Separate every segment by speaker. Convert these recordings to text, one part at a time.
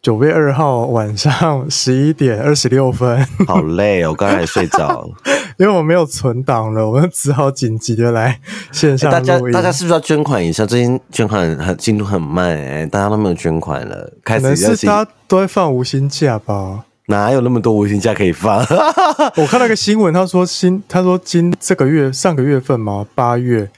Speaker 1: 九月二号晚上十一点二十六分，
Speaker 2: 好 累哦，我刚才睡着。
Speaker 1: 因为我没有存档了，我们只好紧急的来线
Speaker 2: 欸
Speaker 1: 上
Speaker 2: 大家
Speaker 1: 录音。
Speaker 2: 大家是不是要捐款一下？最近捐款很进度很慢哎、大家都没有捐款了，开
Speaker 1: 可能
Speaker 2: 始要
Speaker 1: 是
Speaker 2: 心
Speaker 1: 大家都在放无薪假吧？
Speaker 2: 哪有那么多无薪假可以放？
Speaker 1: 我看到一个新闻，他说新，他说今这个月上个月份嘛，八月，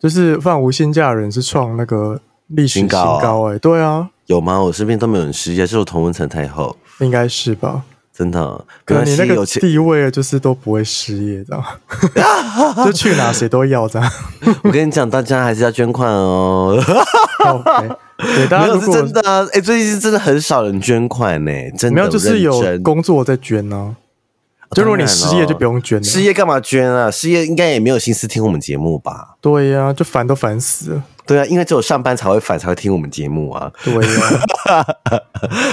Speaker 1: 就是放无薪假的人是创那个历史新
Speaker 2: 新高啊
Speaker 1: 高、欸，哎，对啊，
Speaker 2: 有吗？我身边都没有人失业，是我同温层太厚，
Speaker 1: 应该是吧？
Speaker 2: 真的。哦
Speaker 1: 可
Speaker 2: 没
Speaker 1: 能
Speaker 2: 关
Speaker 1: 你
Speaker 2: 系
Speaker 1: 那个
Speaker 2: 有钱，
Speaker 1: 地位就是都不会失业这样， 就去哪谁都要 这样。
Speaker 2: 我跟你讲，大家还是要捐款哦。
Speaker 1: OK，对，大
Speaker 2: 没
Speaker 1: 家
Speaker 2: 有
Speaker 1: 如
Speaker 2: 是
Speaker 1: 果
Speaker 2: 真的啊，哎、最近是真的很少人捐款呢、真的
Speaker 1: 没有就是有
Speaker 2: 认真
Speaker 1: 工作在捐
Speaker 2: 哦
Speaker 1: 呢、啊，就如果你失业就不用捐了。
Speaker 2: 失业干嘛捐啊？失业应该也没有心思听我们节目吧？
Speaker 1: 对呀、就烦都烦死了。
Speaker 2: 对啊，因为只有上班才会反，才会听我们节目啊。
Speaker 1: 对 呀、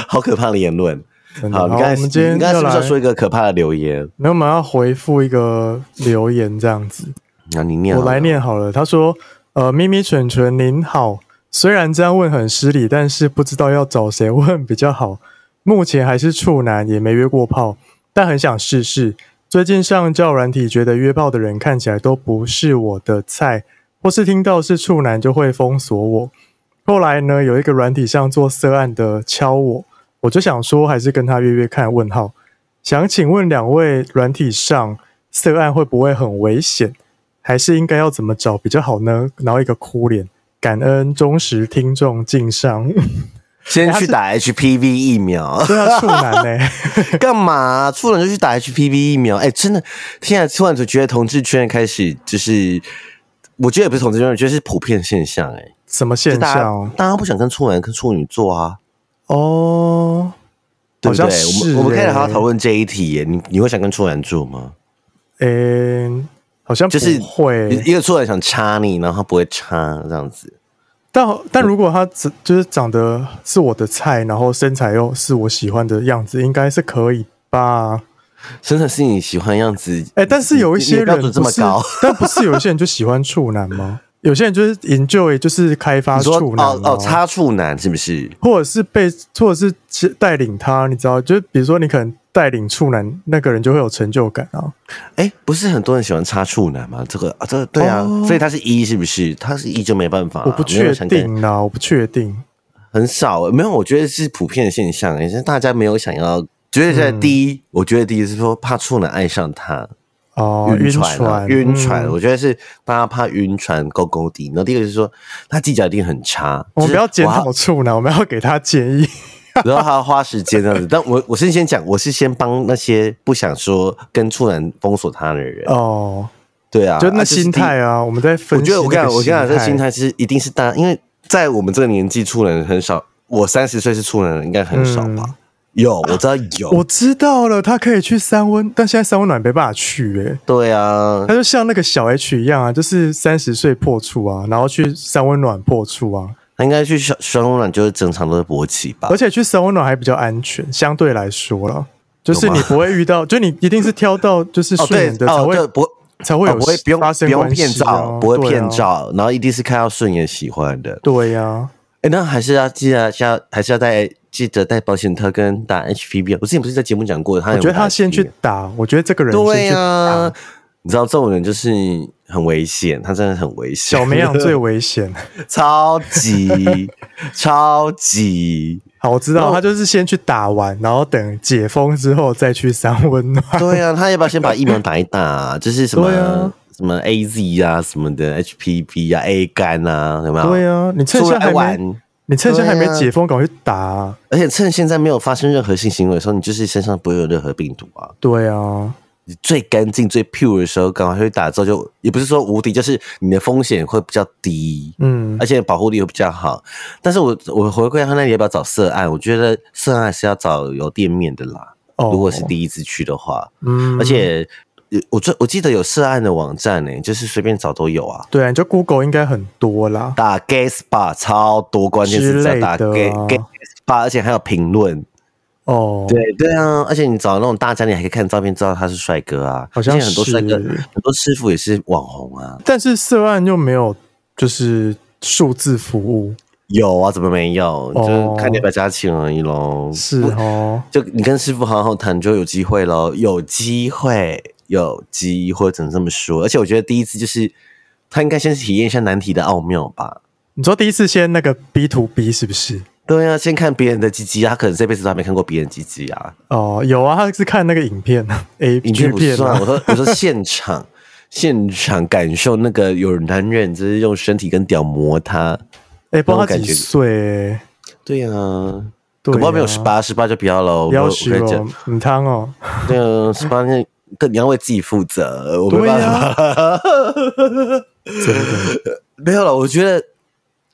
Speaker 2: 好可怕的言论。
Speaker 1: 真的
Speaker 2: 好，你
Speaker 1: 好
Speaker 2: 刚才
Speaker 1: 我们今天
Speaker 2: 你刚
Speaker 1: 就
Speaker 2: 才
Speaker 1: 是
Speaker 2: 不是要
Speaker 1: 来
Speaker 2: 说一个可怕的留言？
Speaker 1: 没有，我们要回复一个留言这样子。
Speaker 2: 那你 念，啊
Speaker 1: 我来。念好了。他说：“呃，咪咪蠢蠢您好，虽然这样问很失礼，但是不知道要找谁问比较好。目前还是处男，也没约过炮，但很想试试。最近上教软体，觉得约炮的人看起来都不是我的菜，或是听到是处男就会封锁我。后来呢，有一个软体上做色案的敲我，我就想说还是跟他约约看。问号，想请问两位软体上色案会不会很危险？还是应该要怎么找比较好呢？然后一个哭脸，感恩忠实听众敬上，
Speaker 2: 先去打 HPV 疫苗，
Speaker 1: 对啊，处男呢、
Speaker 2: 干嘛、处男就去打 HPV 疫苗。哎、真的，现在突然就觉得同志圈开始就是，我觉得也不是同志圈，我觉得是普遍现象、哎，
Speaker 1: 什么
Speaker 2: 就
Speaker 1: 现
Speaker 2: 大家
Speaker 1: 象？
Speaker 2: 大家不想跟处男跟处女做啊，
Speaker 1: 哦，
Speaker 2: 对
Speaker 1: 好
Speaker 2: 不对？
Speaker 1: 像
Speaker 2: 我
Speaker 1: 是、欸
Speaker 2: 们我们可以好好讨
Speaker 1: 论。
Speaker 2: 论这一题耶。你你会想跟处男做吗？
Speaker 1: 嗯、好像不
Speaker 2: 就是
Speaker 1: 会。
Speaker 2: 一个处男想插你，然后他不会插这样子。
Speaker 1: 但但如果他只就是长得是我的菜，然后身材又是我喜欢的样子，应该是可以吧？
Speaker 2: 真的是你喜欢的样子，
Speaker 1: 哎、但是有一
Speaker 2: 你
Speaker 1: 些
Speaker 2: 你标
Speaker 1: 人不
Speaker 2: 准
Speaker 1: 是，
Speaker 2: 这么高，
Speaker 1: 但不是有一些人就喜欢处男吗？有些人就是 enjoy 就是开发
Speaker 2: 你说
Speaker 1: 处男
Speaker 2: 哦
Speaker 1: 吗
Speaker 2: 哦，插处男是不是？
Speaker 1: 或者是被，或者是带领他，你知道，就是比如说你可能带领处男，那个人就会有成就感啊。
Speaker 2: 哎，不是很多人喜欢插处男吗？这个啊，这个对啊，
Speaker 1: 哦
Speaker 2: 所以他是一是不是？他是一就没办法、啊
Speaker 1: 我不
Speaker 2: 没有
Speaker 1: 确
Speaker 2: 人想跟，
Speaker 1: 定啦，我不确定。
Speaker 2: 很少，没有，我觉得是普遍的现象，也是大家没有想要。觉得
Speaker 1: 嗯
Speaker 2: 第一，我觉得第一是说怕处男爱上他，
Speaker 1: 哦，晕
Speaker 2: 船、啊，晕船，
Speaker 1: 嗯
Speaker 2: 我觉得是大家怕晕船勾勾底。然后第二个是说他技巧一定很差，
Speaker 1: 我们不
Speaker 2: 就是
Speaker 1: 要检
Speaker 2: 我
Speaker 1: 讨处男，我们要给他建议。
Speaker 2: 然后还要花时间这样子。但我我是先讲，我是先帮那些不想说跟处男封锁他的人，
Speaker 1: 哦，
Speaker 2: 对啊，
Speaker 1: 就那
Speaker 2: 啊是
Speaker 1: 心
Speaker 2: 第一
Speaker 1: 态啊，我们在
Speaker 2: 我
Speaker 1: 分析
Speaker 2: 觉
Speaker 1: 那个
Speaker 2: 得我
Speaker 1: 心
Speaker 2: 跟你
Speaker 1: 态。
Speaker 2: 讲，我跟你讲，这心态是一定是大，因为在我们这个年纪，处男很少。我三十岁是处男，应该很少吧？有，我知道有。
Speaker 1: 嗯我知道了，他可以去三温，但现在三温暖没办法去、欸，
Speaker 2: 对啊
Speaker 1: 他，就像那个小 H 一样啊，就是三十岁破处啊，然后去三温暖破处啊，
Speaker 2: 他应该去双双温暖，就是正常都是勃起吧
Speaker 1: 而？且去三温暖还比较安全，相对来说了，就是你不会遇到，就你一定是挑到就是
Speaker 2: 哦，
Speaker 1: 顺
Speaker 2: 对
Speaker 1: 眼的才
Speaker 2: 哦，
Speaker 1: 会、
Speaker 2: 对，不
Speaker 1: 才会有、
Speaker 2: 哦不会不用
Speaker 1: 发生
Speaker 2: 不用
Speaker 1: 关系啊
Speaker 2: 骗照，不会
Speaker 1: 对啊
Speaker 2: 骗照，然后一定是看到顺眼喜欢的。
Speaker 1: 对啊呀、
Speaker 2: 哎，那还是要记得下，还是要带记得带保险套跟打 HPV 啊。我之前不是在节目讲过，他
Speaker 1: 我
Speaker 2: 有
Speaker 1: 觉得他
Speaker 2: 打
Speaker 1: 先
Speaker 2: HPV
Speaker 1: 去打，我觉得这个人
Speaker 2: 对啊
Speaker 1: 先去
Speaker 2: 呀、
Speaker 1: 打，
Speaker 2: 你知道这种人就是很危险，他真的很危险。
Speaker 1: 小绵羊最危险。
Speaker 2: 超 级超级，
Speaker 1: 好，我知
Speaker 2: 然
Speaker 1: 道，
Speaker 2: 后
Speaker 1: 他就是先去打完，然后等解封之后再去三温暖。
Speaker 2: 对啊，他要不要先把疫苗打一打、就是什么、
Speaker 1: 对啊
Speaker 2: 什么 A Z 啊，什么的 HPV 啊，A 肝啊，有没有？
Speaker 1: 对呀、啊，你趁
Speaker 2: 出
Speaker 1: 现在
Speaker 2: 来
Speaker 1: 还没，
Speaker 2: 玩，
Speaker 1: 你趁现在还没
Speaker 2: 对啊
Speaker 1: 解封，赶快去打、啊。
Speaker 2: 而且趁现在没有发生任何性行为的时候，你就是身上不会有任何病毒啊。
Speaker 1: 对啊，
Speaker 2: 你最干净、最 pure 的时候，赶快去打之后就也不是说无敌，就是你的风险会比较低。
Speaker 1: 嗯，
Speaker 2: 而且保护力又比较好。但是我我回馈他那里要不要找涉案？我觉得涉案还是要找有店面的啦。
Speaker 1: 哦
Speaker 2: 如果是第一次去的话，
Speaker 1: 嗯，
Speaker 2: 而且呃我最我记得有涉案的网站呢、就是随便找都有啊。
Speaker 1: 对啊，你就 Google 应该很多啦。
Speaker 2: 打 gay spa 超多关键
Speaker 1: 之
Speaker 2: 字，只要
Speaker 1: 类
Speaker 2: 打
Speaker 1: 的
Speaker 2: gay
Speaker 1: 啊
Speaker 2: gay spa，而且还有评论。
Speaker 1: 哦，
Speaker 2: 对对啊，而且你找那种大家，你还可以看照片知道他是帅哥啊。
Speaker 1: 好像
Speaker 2: 现在很多帅哥，
Speaker 1: 是
Speaker 2: 很多师傅也是网红啊。
Speaker 1: 但是涉案又没有就是数字服务，
Speaker 2: 有啊，怎么没有？
Speaker 1: 哦
Speaker 2: 就是看你要不要加钱而已喽。
Speaker 1: 是
Speaker 2: 不
Speaker 1: 哦，
Speaker 2: 就你跟师傅好好谈，就有机会喽，有机会，有机会，只能这么说。而且我觉得第一次就是他应该先体验一下难题的奥妙吧。
Speaker 1: 你说第一次先那个 B to B 是不是？
Speaker 2: 对啊，先看别人的鸡鸡，他可能这辈子都还没看过别人鸡鸡啊。
Speaker 1: 哦，有啊，他是看那个影片 A
Speaker 2: 影
Speaker 1: 剧
Speaker 2: 片不
Speaker 1: 片
Speaker 2: 算，
Speaker 1: 啊
Speaker 2: 我，说我说现场，现场感受那个有男人就是用身体跟屌磨他。
Speaker 1: 哎、不知道
Speaker 2: 我
Speaker 1: 他
Speaker 2: 感
Speaker 1: 几
Speaker 2: 觉
Speaker 1: 岁、欸，
Speaker 2: 对啊，
Speaker 1: 对
Speaker 2: 搞不好没有
Speaker 1: 啊
Speaker 2: 十八，十八就不要喽。我
Speaker 1: 要
Speaker 2: 我
Speaker 1: 求
Speaker 2: 跟你讲
Speaker 1: 哦，，很汤哦，
Speaker 2: 对啊，十八那更你要为自己负责，我没
Speaker 1: 对
Speaker 2: 办
Speaker 1: 呀
Speaker 2: 法。
Speaker 1: 真的，
Speaker 2: 没有了，我觉得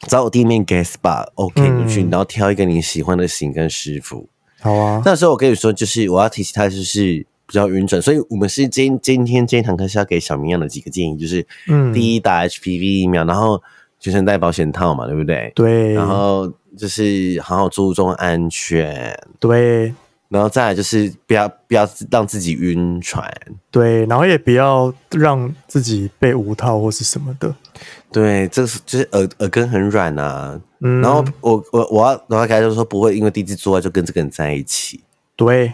Speaker 2: 找我第一面 g u e s 吧，OK，
Speaker 1: 嗯
Speaker 2: 你去，然后挑一个你喜欢的型跟师傅。
Speaker 1: 好 啊，
Speaker 2: 那时候我跟你说，就是我要提醒他，就是比较晕转，所以我们是今今天这一堂课是要给小明样的几个建议，就是
Speaker 1: 嗯
Speaker 2: 第一打 HPV 疫苗，然后全身戴保险套嘛，对不对？
Speaker 1: 对
Speaker 2: 然后就是好好注重安全，
Speaker 1: 对
Speaker 2: 然后再来就是不要不要让自己晕船。
Speaker 1: 对，然后也不要让自己被无套或是什么的，
Speaker 2: 对，这是就是耳耳根很软啊，
Speaker 1: 嗯，
Speaker 2: 然后我我我要我要给他就说不会因为第一次做爱就跟这个人在一起，
Speaker 1: 对，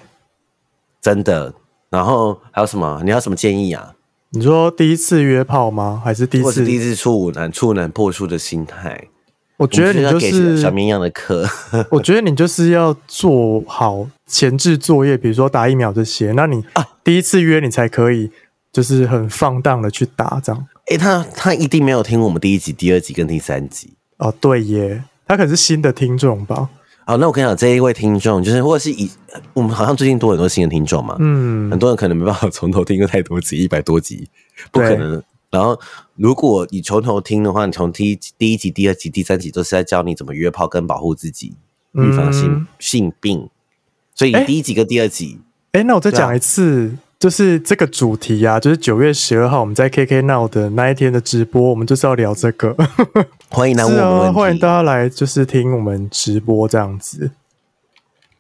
Speaker 2: 真的。然后还有什么？你要什么建议啊？
Speaker 1: 你说第一次约炮吗？还是第一
Speaker 2: 或
Speaker 1: 次？
Speaker 2: 是第一次处男处男破处的心态？
Speaker 1: 我觉得你
Speaker 2: 我
Speaker 1: 就
Speaker 2: 们就是要给
Speaker 1: 是
Speaker 2: 小绵羊的课，
Speaker 1: 我觉得你就是要做好前置作业，比如说打疫苗这些。那你
Speaker 2: 啊
Speaker 1: 第一次约你才可以，就是很放荡的去打这样。
Speaker 2: 诶，他他一定没有听我们第一集、第二集跟第三集。
Speaker 1: 哦，对耶，他可能是新的听众吧？
Speaker 2: 好，哦那我跟你讲，这一位听众就是，或者是以我们好像最近多很多新的听众嘛，很
Speaker 1: 嗯，
Speaker 2: 多人可能没办法从头听过太多集，一百多集，不可
Speaker 1: 对
Speaker 2: 能。然后，如果你从头听的话，你从第一集第一集、第二集、第三集都是在教你怎么约炮跟保护自己，预防性、
Speaker 1: 嗯
Speaker 2: 性病。所以
Speaker 1: 诶
Speaker 2: 第一集跟第二集，
Speaker 1: 哎，那我再
Speaker 2: 对啊
Speaker 1: 讲一次，就是这个主题啊，就是九月十二号我们在 KK Now 的那一天的直播，我们就是要聊这 个。
Speaker 2: 欢迎来问
Speaker 1: 是
Speaker 2: 我
Speaker 1: 啊，
Speaker 2: 们
Speaker 1: 欢
Speaker 2: 问
Speaker 1: 迎
Speaker 2: 题。
Speaker 1: 大家来，就是听我们直播这样子，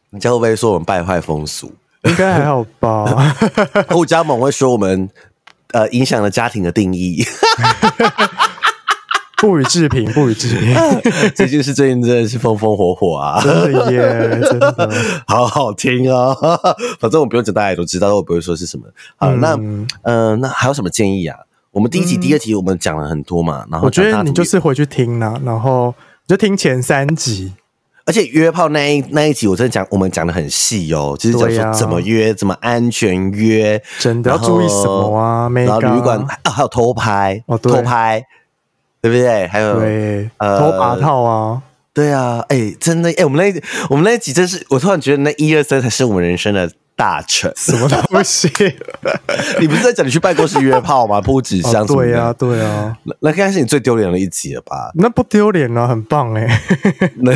Speaker 2: 人家会不会说我们败坏风俗？
Speaker 1: 应该还好吧？
Speaker 2: 欧家猛会说我们呃影响了家庭的定义。
Speaker 1: 不予置评，不予置评，
Speaker 2: 这件事最近真的是风风火火啊！
Speaker 1: 真的耶，真的。
Speaker 2: 好好听哦， 反正我不用讲，大家也都知道，我不会说是什么。好，那
Speaker 1: 嗯
Speaker 2: 呃，那还有什么建议啊？我们第一集、第二集我们讲了很多嘛，然后
Speaker 1: 我觉
Speaker 2: 讲大
Speaker 1: 得
Speaker 2: 家
Speaker 1: 你
Speaker 2: 怎
Speaker 1: 就
Speaker 2: 么
Speaker 1: 是回去听啦、然后你就听前三集，
Speaker 2: 而且约炮那一那一集，我真的讲我们讲的很细哦，就是讲
Speaker 1: 对啊
Speaker 2: 说怎么约，怎么安全约，
Speaker 1: 真的要
Speaker 2: 然后
Speaker 1: 注意什么啊？没
Speaker 2: 然后
Speaker 1: 搞
Speaker 2: 旅馆啊，还有偷拍，
Speaker 1: 哦对
Speaker 2: 偷拍，对不对？还有
Speaker 1: 对，
Speaker 2: 呃
Speaker 1: 偷拔套 啊，
Speaker 2: 对啊，哎、真的，哎、我们那一我们那一集真是，我突然觉得那一二三才是我们人生的大成。
Speaker 1: 什么东西？
Speaker 2: 你不是在讲你去办公室约炮吗？铺纸箱
Speaker 1: 哦
Speaker 2: 什么的、
Speaker 1: 对啊，对啊，
Speaker 2: 那那应该是你最丢脸的一集了吧？
Speaker 1: 那不丢脸啊，很棒哎、
Speaker 2: 那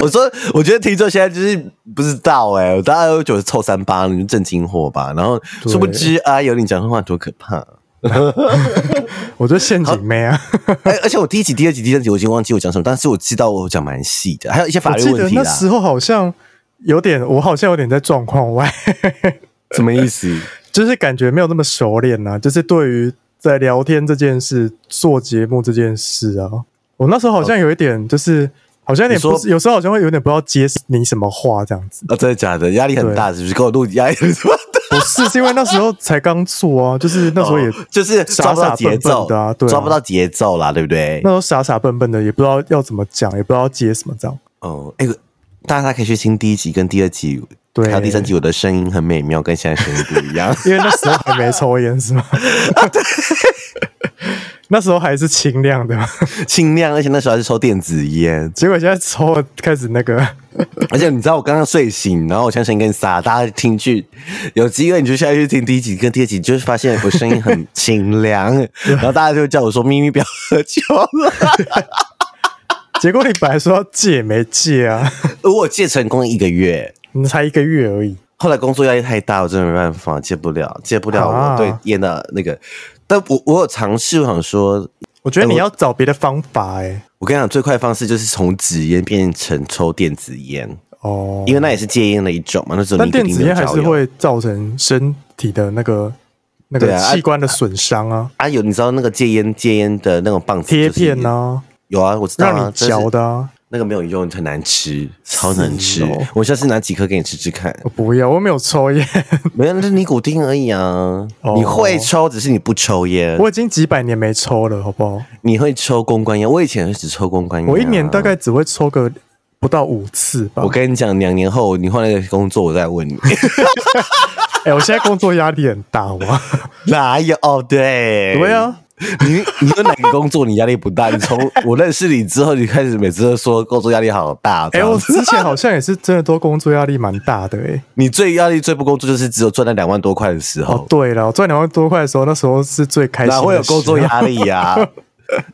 Speaker 2: 我说，我觉得听众现在就是不知道哎、大家都觉得臭三八，你们正经货吧？然后
Speaker 1: 对
Speaker 2: 殊不知啊，有你讲的话多可怕！
Speaker 1: 我觉得陷阱妹啊，
Speaker 2: 哎、而且我第一集、第二集、第三集我已经忘记我讲什么，但是我知道我讲蛮细的，还有一些法
Speaker 1: 我
Speaker 2: 律
Speaker 1: 记
Speaker 2: 问
Speaker 1: 得
Speaker 2: 题
Speaker 1: 那
Speaker 2: 啦。
Speaker 1: 时候好像有点，我好像有点在状况外，
Speaker 2: 什么意思？
Speaker 1: 就是感觉没有那么熟练呐、啊，就是对于在聊天这件事、做节目这件事啊，我那时候好像有一点就是。好像有点
Speaker 2: 你说
Speaker 1: 不是，有时候好像会有点不知道接你什么话这样子。
Speaker 2: 啊，真的假的？压力很大，是不是？跟我录压力很大，
Speaker 1: 不 是，是因为那时候才刚做 啊，就是那时候也、
Speaker 2: 就是抓不到
Speaker 1: 傻傻
Speaker 2: 节奏
Speaker 1: 笨笨的啊对啊
Speaker 2: 抓不到节奏啦，对不对
Speaker 1: 那？时候傻傻笨笨的，也不知道要怎么讲，也不知道接什么这样。
Speaker 2: 哦，哎、大家可以去听第一集跟第二集，
Speaker 1: 对
Speaker 2: 还有第三集，我的声音很美妙，跟现在声音不一样。
Speaker 1: 因为那时候还没抽烟，是吗？那时候还是清亮的嘛，
Speaker 2: 轻量，而且那时候还是抽电子烟。
Speaker 1: 结果现在抽了开始那个，
Speaker 2: 而且你知道我刚刚睡醒，然后我现在声音更沙，大家听去有机会你就下去听第一集跟第二集，你就会发现我声音很清凉，然后大家就叫我说咪咪不要喝酒了。
Speaker 1: 结果你本来说要戒没戒啊？
Speaker 2: 我戒成功一个月，
Speaker 1: 你才一个月而已，
Speaker 2: 后来工作压力太大，我真的没办法，戒不了，戒不了
Speaker 1: 啊
Speaker 2: 我对烟的那个。但我我有尝试，我想说，
Speaker 1: 我觉得
Speaker 2: 哎
Speaker 1: 你
Speaker 2: 我
Speaker 1: 要找别的方法哎、
Speaker 2: 我跟你讲，最快的方式就是从纸烟变成抽电子烟，
Speaker 1: 哦，
Speaker 2: 因为那也是戒烟的一种嘛。那时候
Speaker 1: 但
Speaker 2: 尼古
Speaker 1: 电
Speaker 2: 丁
Speaker 1: 子
Speaker 2: 没有
Speaker 1: 烟还
Speaker 2: 交
Speaker 1: 是
Speaker 2: 友
Speaker 1: 会造成身体的那个那
Speaker 2: 对
Speaker 1: 个
Speaker 2: 啊
Speaker 1: 器官的损伤啊，
Speaker 2: 啊，有你知道那个戒烟戒烟的那种棒子
Speaker 1: 贴
Speaker 2: 就是
Speaker 1: 片啊，
Speaker 2: 有啊，我知道啊，
Speaker 1: 让你
Speaker 2: 但是
Speaker 1: 嚼的啊，
Speaker 2: 那个没有用，很难吃，超难吃。
Speaker 1: 是哦
Speaker 2: 我下次拿几颗给你吃吃看。
Speaker 1: 我哦不要，我没有抽 烟，
Speaker 2: 没有，那是尼古丁而已啊。
Speaker 1: 哦
Speaker 2: 你会抽，只是你不抽烟。
Speaker 1: 我已经几百年没抽了，好不好？
Speaker 2: 你会抽公关烟，我以前也是只抽公关烟、啊
Speaker 1: 我一年大，概只会抽个不到五次吧
Speaker 2: 我。跟你讲，两年后你换了个工作，我再问你。
Speaker 1: 哎、我现在工作压力很大，好吧？
Speaker 2: 哪有？哦，对，
Speaker 1: 对啊，
Speaker 2: 你你有哪个工作你压力不大？你从我认识你之后，你开始每次都说工作压力好大。
Speaker 1: 哎、
Speaker 2: 这样
Speaker 1: 我
Speaker 2: 子
Speaker 1: 之前好像也是真的都工作压力蛮大的、哎。
Speaker 2: 你最压力最不工作就是只有赚那两万多块的时
Speaker 1: 哦
Speaker 2: 候，，
Speaker 1: 对了，我赚两万多块的时候，那时候是最开心的时
Speaker 2: 哪
Speaker 1: 候。
Speaker 2: 会有工作压力呀、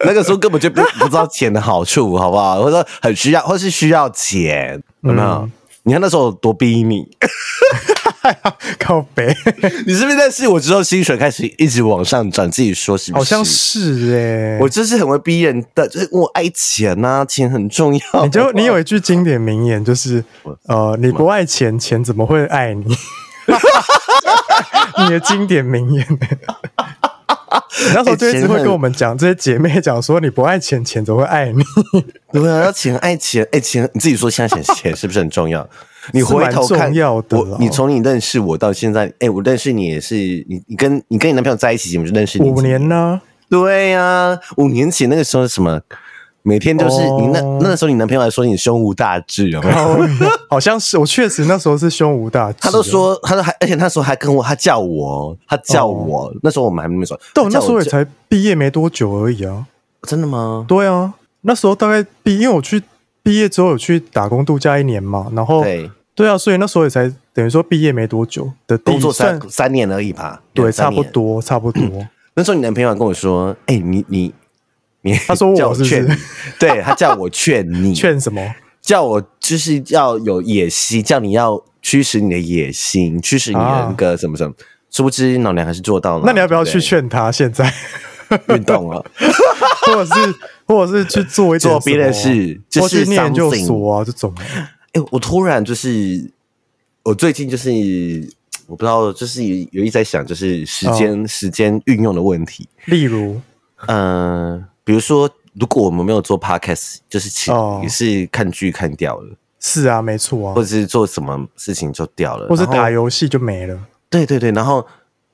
Speaker 2: 那个时候根本就不不知道钱的好处，好不好？或者说很需要，或是需要钱，有
Speaker 1: 嗯
Speaker 2: 没有？你看那时候有多逼你，
Speaker 1: 靠 北？
Speaker 2: 你是不是在试我之后薪水开始一直往上涨？自己说是不是？欸
Speaker 1: 好像。 是哎、
Speaker 2: 我就是很会逼人的，就是我爱钱呐、钱很重要。
Speaker 1: 你就你有一句经典名言，就是呃，你不爱钱，钱怎么会爱你？ 你的经典名言。 你那时候
Speaker 2: 哎
Speaker 1: 就一直会跟我们讲，这些姐妹讲说，你不爱钱，钱怎么会爱你？
Speaker 2: 对啊，要钱爱钱，哎、钱你自己说，现在钱 钱是不是很重要？你
Speaker 1: 是
Speaker 2: 回
Speaker 1: 蛮
Speaker 2: 头看，
Speaker 1: 重要的啦
Speaker 2: 我你从你认识我到现在，哎、我认识你也是，你你跟你跟你男朋友在一起，我们就认识你
Speaker 1: 五年呢、
Speaker 2: 对呀、五年前那个时候是什么，每天就是、
Speaker 1: 哦
Speaker 2: 你那那时候你男朋友还说你胸无大志，有没有？
Speaker 1: 哦，好像是我确实那时候是胸无大志，啊
Speaker 2: 他都说，他都还，而且那时候还跟我，他叫我，哦他叫我，那时候我们还没说，
Speaker 1: 但我哦那
Speaker 2: 他叫
Speaker 1: 时候也
Speaker 2: 就
Speaker 1: 才毕业没多久而已啊。
Speaker 2: 真的吗？
Speaker 1: 对啊，那时候大概毕，因为我去毕业之后有去打工度假一年嘛，然后
Speaker 2: 对，
Speaker 1: 对啊，所以那时候也才等于说毕业没多久的第一
Speaker 2: 工作
Speaker 1: 算
Speaker 2: 三三年而已吧，
Speaker 1: 对，
Speaker 2: 两三
Speaker 1: 差不
Speaker 2: 年。嗯
Speaker 1: 多差不多。
Speaker 2: 那时候你男朋友还跟我说，哎、你你你，
Speaker 1: 他说我
Speaker 2: 叫我
Speaker 1: 是不是
Speaker 2: 劝你，对他叫我劝你，
Speaker 1: 劝什么？
Speaker 2: 叫我就是要有野心，叫你要驱使你的野心，驱使你的那个什么什么。殊不知老娘还是做到
Speaker 1: 啊
Speaker 2: 了。
Speaker 1: 那你要不要去
Speaker 2: 对
Speaker 1: 劝他？现在，
Speaker 2: 不对运动 了？
Speaker 1: 或者是或者是去做一点
Speaker 2: 做别的
Speaker 1: 什么
Speaker 2: 事就是
Speaker 1: 或去念研究
Speaker 2: something
Speaker 1: 所啊这种。
Speaker 2: 哎、我突然就是，我最近就是我不知道，就是有一直在想，就是时间、
Speaker 1: 嗯
Speaker 2: 时间运用的问题。
Speaker 1: 例如，
Speaker 2: 嗯、比如说，如果我们没有做 podcast，就是其、
Speaker 1: 哦
Speaker 2: 也是看剧看掉了，
Speaker 1: 是啊，没错
Speaker 2: 或
Speaker 1: 啊，
Speaker 2: 者是做什么事情就掉了，
Speaker 1: 或是
Speaker 2: 然后
Speaker 1: 打游戏就没了。
Speaker 2: 对对对，然后，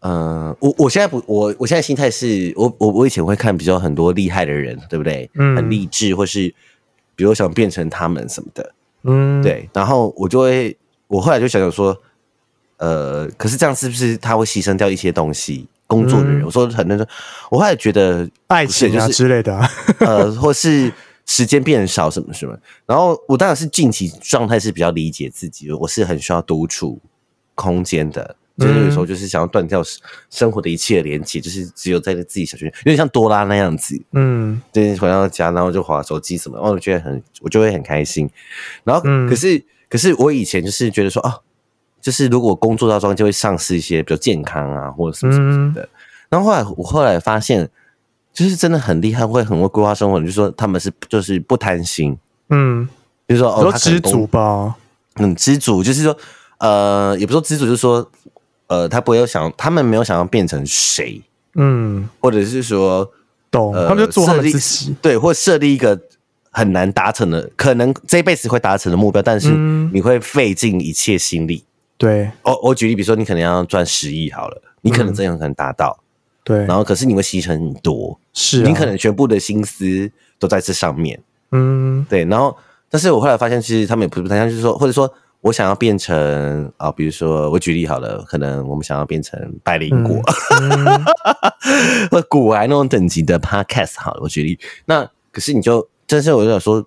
Speaker 2: 呃，我我现在不，我我现在心态是我我我以前会看比较很多厉害的人，对不对？
Speaker 1: 嗯
Speaker 2: 很励志，或是比如想变成他们什么的，
Speaker 1: 嗯，，
Speaker 2: 对。然后我就会，我后来就想想说，呃，可是这样是不是他会牺牲掉一些东西？工作的人，
Speaker 1: 嗯
Speaker 2: 我说很认真，我后来觉得
Speaker 1: 爱
Speaker 2: 不是
Speaker 1: 情啊
Speaker 2: 就是
Speaker 1: 之类的啊。
Speaker 2: 呃，或是时间变少什么什么。然后我当然是近期状态是比较理解自己，我是很需要独处空间的。就是有时候就是想要断掉生生活的一切连接，就是只有在自己小圈，有点像多拉那样子，
Speaker 1: 嗯，
Speaker 2: 就是回到家然后就划手机什么，哦，我觉得很我就会很开心。然后
Speaker 1: 嗯
Speaker 2: 可是、可是我以前就是觉得说啊，就是如果工作到中就会丧失一些比如健康啊或者什么什么什
Speaker 1: 嗯
Speaker 2: 么的。然后后来我后来发现，就是真的很厉害，会很会规划生活。你就说他们是就是不贪心，
Speaker 1: 嗯，
Speaker 2: 比如说
Speaker 1: 你
Speaker 2: 哦，
Speaker 1: 说
Speaker 2: 他可能
Speaker 1: 知
Speaker 2: 工
Speaker 1: 足，吧。
Speaker 2: 嗯，知足，就是说呃，也不是说知足，就是说呃，他不会有想，他们没有想要变成谁，
Speaker 1: 嗯，
Speaker 2: 或者是说
Speaker 1: 懂。
Speaker 2: 呃，
Speaker 1: 他们就做他们
Speaker 2: 设立
Speaker 1: 自己。
Speaker 2: 对，或设立一个很难达成的，可能这辈子会达成的目标，但是
Speaker 1: 嗯
Speaker 2: 你会费尽一切心力。
Speaker 1: 对
Speaker 2: 哦，我举例，比如说你可能要赚十亿好了，你可
Speaker 1: 嗯
Speaker 2: 能真的很难达到，
Speaker 1: 对
Speaker 2: 然，后可是你会牺牲很多，
Speaker 1: 是啊
Speaker 2: 你可能全部的心思都在这上面。
Speaker 1: 嗯
Speaker 2: 对，然后但是我后来发现，其实他们也不是不太像，就是说，或者说我想要变成啊、比如说我举例好了，可能我们想要变成百灵果、
Speaker 1: 嗯
Speaker 2: 或古玩那种等级的 podcast 好了，我举例。那可是你就，但是我就想说。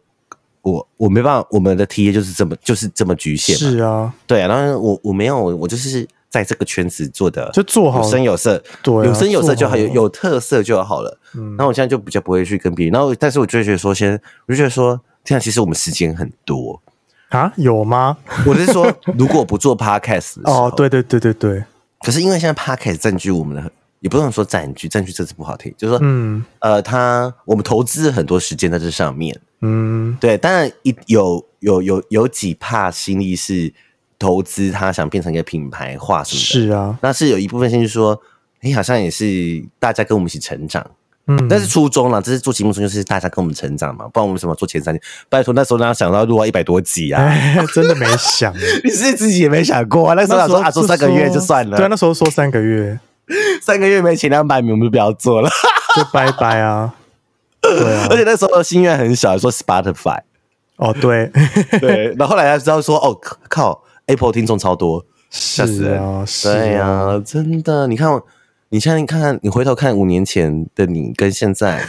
Speaker 2: 我我没办法，我们的 T A 就是这么就是这么局限嘛，
Speaker 1: 是啊，
Speaker 2: 对啊。然后我我没有，我就是在这个圈子做的，
Speaker 1: 就做好
Speaker 2: 有声有色，
Speaker 1: 对啊
Speaker 2: 有声有色就好，
Speaker 1: 做好
Speaker 2: 有有特色就好了。
Speaker 1: 嗯
Speaker 2: 然后我现在就比较啊不会去跟别人，然后但是我就会觉得说先，我就觉得说，这样其实我们时间很多，
Speaker 1: 啊，有吗？
Speaker 2: 我是 说，如果不做 podcast 的时候
Speaker 1: 哦，对，对对对对，
Speaker 2: 可是因为现在 podcast 占据我们的，也不能说占据，占据这词不好听，就是说，
Speaker 1: 嗯
Speaker 2: 呃，它我们投资很多时间在这上面，
Speaker 1: 嗯
Speaker 2: 对，当然一有有有有几帕心力是投资，他想变成一个品牌化什么的，
Speaker 1: 是啊，
Speaker 2: 那是有一部分先是说，哎、好像也是大家跟我们一起成长，
Speaker 1: 嗯，
Speaker 2: 但是初衷啦，这是做节目中就是大家跟我们成长嘛，不然我们怎么做前三年？拜托那时候哪有想到录到一百多集啊？
Speaker 1: 哎，真的没想，
Speaker 2: 你是自己也没想过啊？那时候想说啊，做三个月就算
Speaker 1: 对啊，
Speaker 2: 了，
Speaker 1: 那时候说三个月
Speaker 2: 三个月没前两百名我们就不要做了。
Speaker 1: 就拜拜啊， 对啊
Speaker 2: 而，且那时候心愿很小，说 Spotify，
Speaker 1: 哦对，
Speaker 2: 对，然后后来才知道说哦靠，Apple 听众超多， 吓死
Speaker 1: 是
Speaker 2: 人
Speaker 1: 啊，是
Speaker 2: 对呀、，真的，你看我，你现在看，你回头看五年前的你跟现在，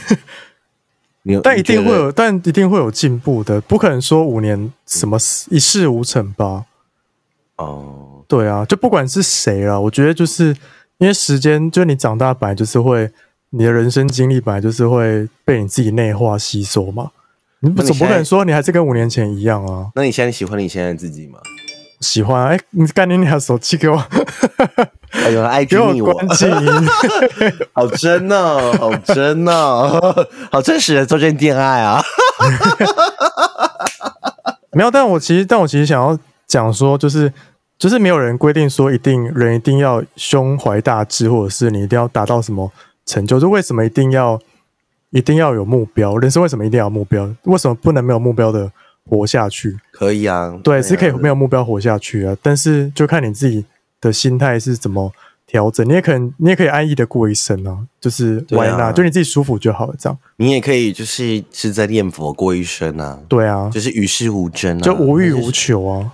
Speaker 2: 你有
Speaker 1: 但一定会，
Speaker 2: 你觉得
Speaker 1: 有，但一定会有进步的，不可能说五年什么一事无成吧？
Speaker 2: 哦，
Speaker 1: 对啊，就不管是谁啦，我觉得就是因为时间，就你长大本来就是会，你的人生经历本来就是会被你自己内化吸收嘛。你
Speaker 2: 那你
Speaker 1: 总不可
Speaker 2: 现在
Speaker 1: 能说你还是跟五年前一样啊？
Speaker 2: 那你现在喜欢你现在自己 吗？
Speaker 1: 喜欢啊哎、你干你俩手机给我
Speaker 2: 哎呦
Speaker 1: 给
Speaker 2: ，IG
Speaker 1: 我
Speaker 2: 你我，
Speaker 1: 关静音，
Speaker 2: 好真 哦，好真哦， 好真实的做这恋爱啊！
Speaker 1: 没有，但我其实，但我其实想要讲说，就是就是没有人规定说一定人一定要胸怀大志，或者是你一定要达到什么成就。就为什么一定要一定要有目标？人生为什么一定要有目标？为什么不能没有目标的活下去？
Speaker 2: 可以啊，
Speaker 1: 对，是可以没
Speaker 2: 有
Speaker 1: 有目标活下去啊。但是就看你自己的心态是怎么调整。你也可能你也可以安逸的过一生啊，就是
Speaker 2: 对
Speaker 1: why
Speaker 2: 啊
Speaker 1: not？、就你自己舒服就好了，这样。
Speaker 2: 你也可以就是是在念佛过一生啊，
Speaker 1: 对啊，
Speaker 2: 就是与世无争啊，
Speaker 1: 就无欲
Speaker 2: 就是
Speaker 1: 无求啊。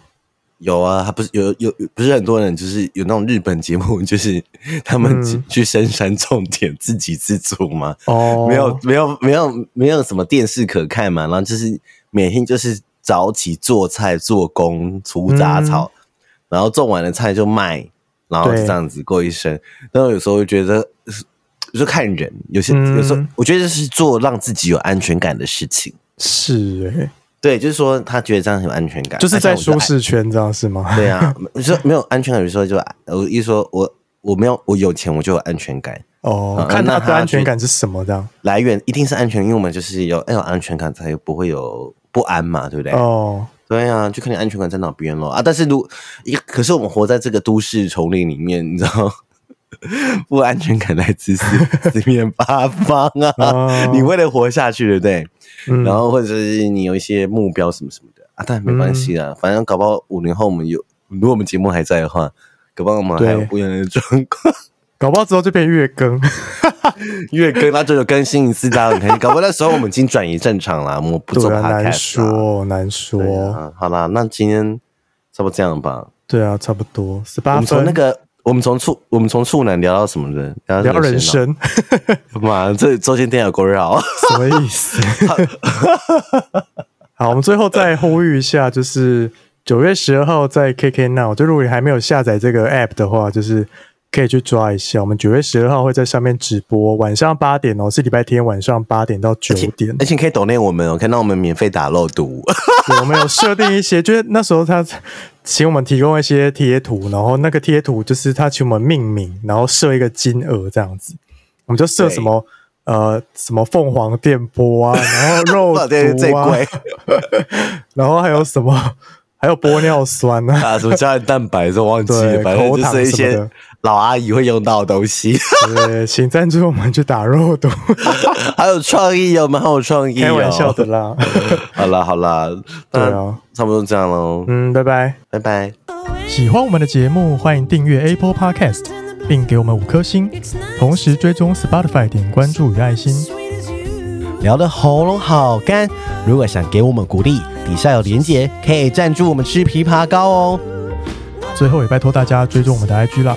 Speaker 2: 有啊，他不是有有有不是很多人，就是有那种日本节目，就是他们
Speaker 1: 嗯
Speaker 2: 去去深山种田，自给自足嘛，
Speaker 1: 哦，
Speaker 2: 没有没有没有没有什么电视可看嘛，然后就是每天就是早起做菜、做工、除杂草，然后种完了菜就卖，然后就
Speaker 1: 嗯对
Speaker 2: 这样子过一生。但我有时候会觉得，就看人，有些、
Speaker 1: 嗯
Speaker 2: 有时候我觉得这是做让自己有安全感的事情。
Speaker 1: 是哎、
Speaker 2: 对，就是说他觉得这样很有安全感，
Speaker 1: 就是在
Speaker 2: 而
Speaker 1: 舒
Speaker 2: 且我爱
Speaker 1: 适圈这样是吗？
Speaker 2: 对啊，你说没有安全感，有时候就我一说我我没有我有钱我就有安全感，
Speaker 1: 哦
Speaker 2: 嗯，
Speaker 1: 看
Speaker 2: 那
Speaker 1: 他
Speaker 2: 他
Speaker 1: 的安全
Speaker 2: 去
Speaker 1: 感是什么这样。
Speaker 2: 来源一定是安全，因为我们就是有要有安全感才不会有不安嘛，对不对？
Speaker 1: 哦，
Speaker 2: 对啊，就看你安全感在哪边咯啊！但是如一可是我们活在这个都市丛林里面，你知道。 不安全感来自四 四面八方啊
Speaker 1: 哦！
Speaker 2: 你为了活下去，对不对？
Speaker 1: 嗯，
Speaker 2: 然后或者是你有一些目标什么什么的啊，但没关系
Speaker 1: 嗯
Speaker 2: 啦，反正搞不好五年后我们有，如果我们节目还在的话，搞不好我们还有
Speaker 1: 对
Speaker 2: 不一样的状况，
Speaker 1: 搞不好之后就变月更，
Speaker 2: 月更那就有更新一次大家很开心，搞不好那时候我们已经转移正常啦，我们不做
Speaker 1: 对
Speaker 2: podcast
Speaker 1: 啊，
Speaker 2: 啦
Speaker 1: 难，说难
Speaker 2: 对
Speaker 1: 说，
Speaker 2: 啊，好啦，那今天差不多这样吧，
Speaker 1: 对啊，差不多十
Speaker 2: 我
Speaker 1: 八
Speaker 2: 们从
Speaker 1: 分。
Speaker 2: 那个。我们从处我们从处男聊到什么的？聊
Speaker 1: 聊
Speaker 2: 到
Speaker 1: 人
Speaker 2: 生
Speaker 1: 生
Speaker 2: 哦，妈，这周间店有够绕。
Speaker 1: 什么意思？ 好，我们最后再呼吁一下，就是九月十二号在 KK Now，就如果你还没有下载这个 App 的话，就是可以去抓一下。我们九月十二号会在上面直播，晚上八点哦，是礼拜天晚上八点到九 点。
Speaker 2: 而且你可以抖内我们哦，可以让我们免费打漏毒。
Speaker 1: 对我们有设定一些，就是那时候他请我们提供一些贴图，然后那个贴图就是他请我们命名，然后设一个金额这样子，我们就设
Speaker 2: 对
Speaker 1: 什么呃什么凤凰电波啊，然后 肉
Speaker 2: 到底是最
Speaker 1: 毒啊，
Speaker 2: 贵
Speaker 1: 然后还有什么 还有玻尿酸 啊，
Speaker 2: 啊，什么胶原蛋白这忘记了，
Speaker 1: 对
Speaker 2: 反正就是
Speaker 1: 口
Speaker 2: 一
Speaker 1: 糖什
Speaker 2: 些
Speaker 1: 么的
Speaker 2: 老阿姨会用到的东西。
Speaker 1: 对，请赞助我们去打肉毒，
Speaker 2: 好有创意哦，蛮好有创意、哦。
Speaker 1: 开玩笑的。啦，
Speaker 2: 好啦好啦，
Speaker 1: 对
Speaker 2: 那
Speaker 1: 啊，
Speaker 2: 差不多这样喽，
Speaker 1: 嗯，拜拜。
Speaker 2: 拜拜。
Speaker 1: 喜欢我们的节目，欢迎订阅 Apple Podcast，并给我们五颗星，同时追踪 Spotify 点关注与爱心。
Speaker 3: 聊得喉咙好干。如果想给我们鼓励，底下有连结，可以赞助我们吃枇杷膏哦。
Speaker 1: 最后也拜托大家追踪我们的 IG 啦，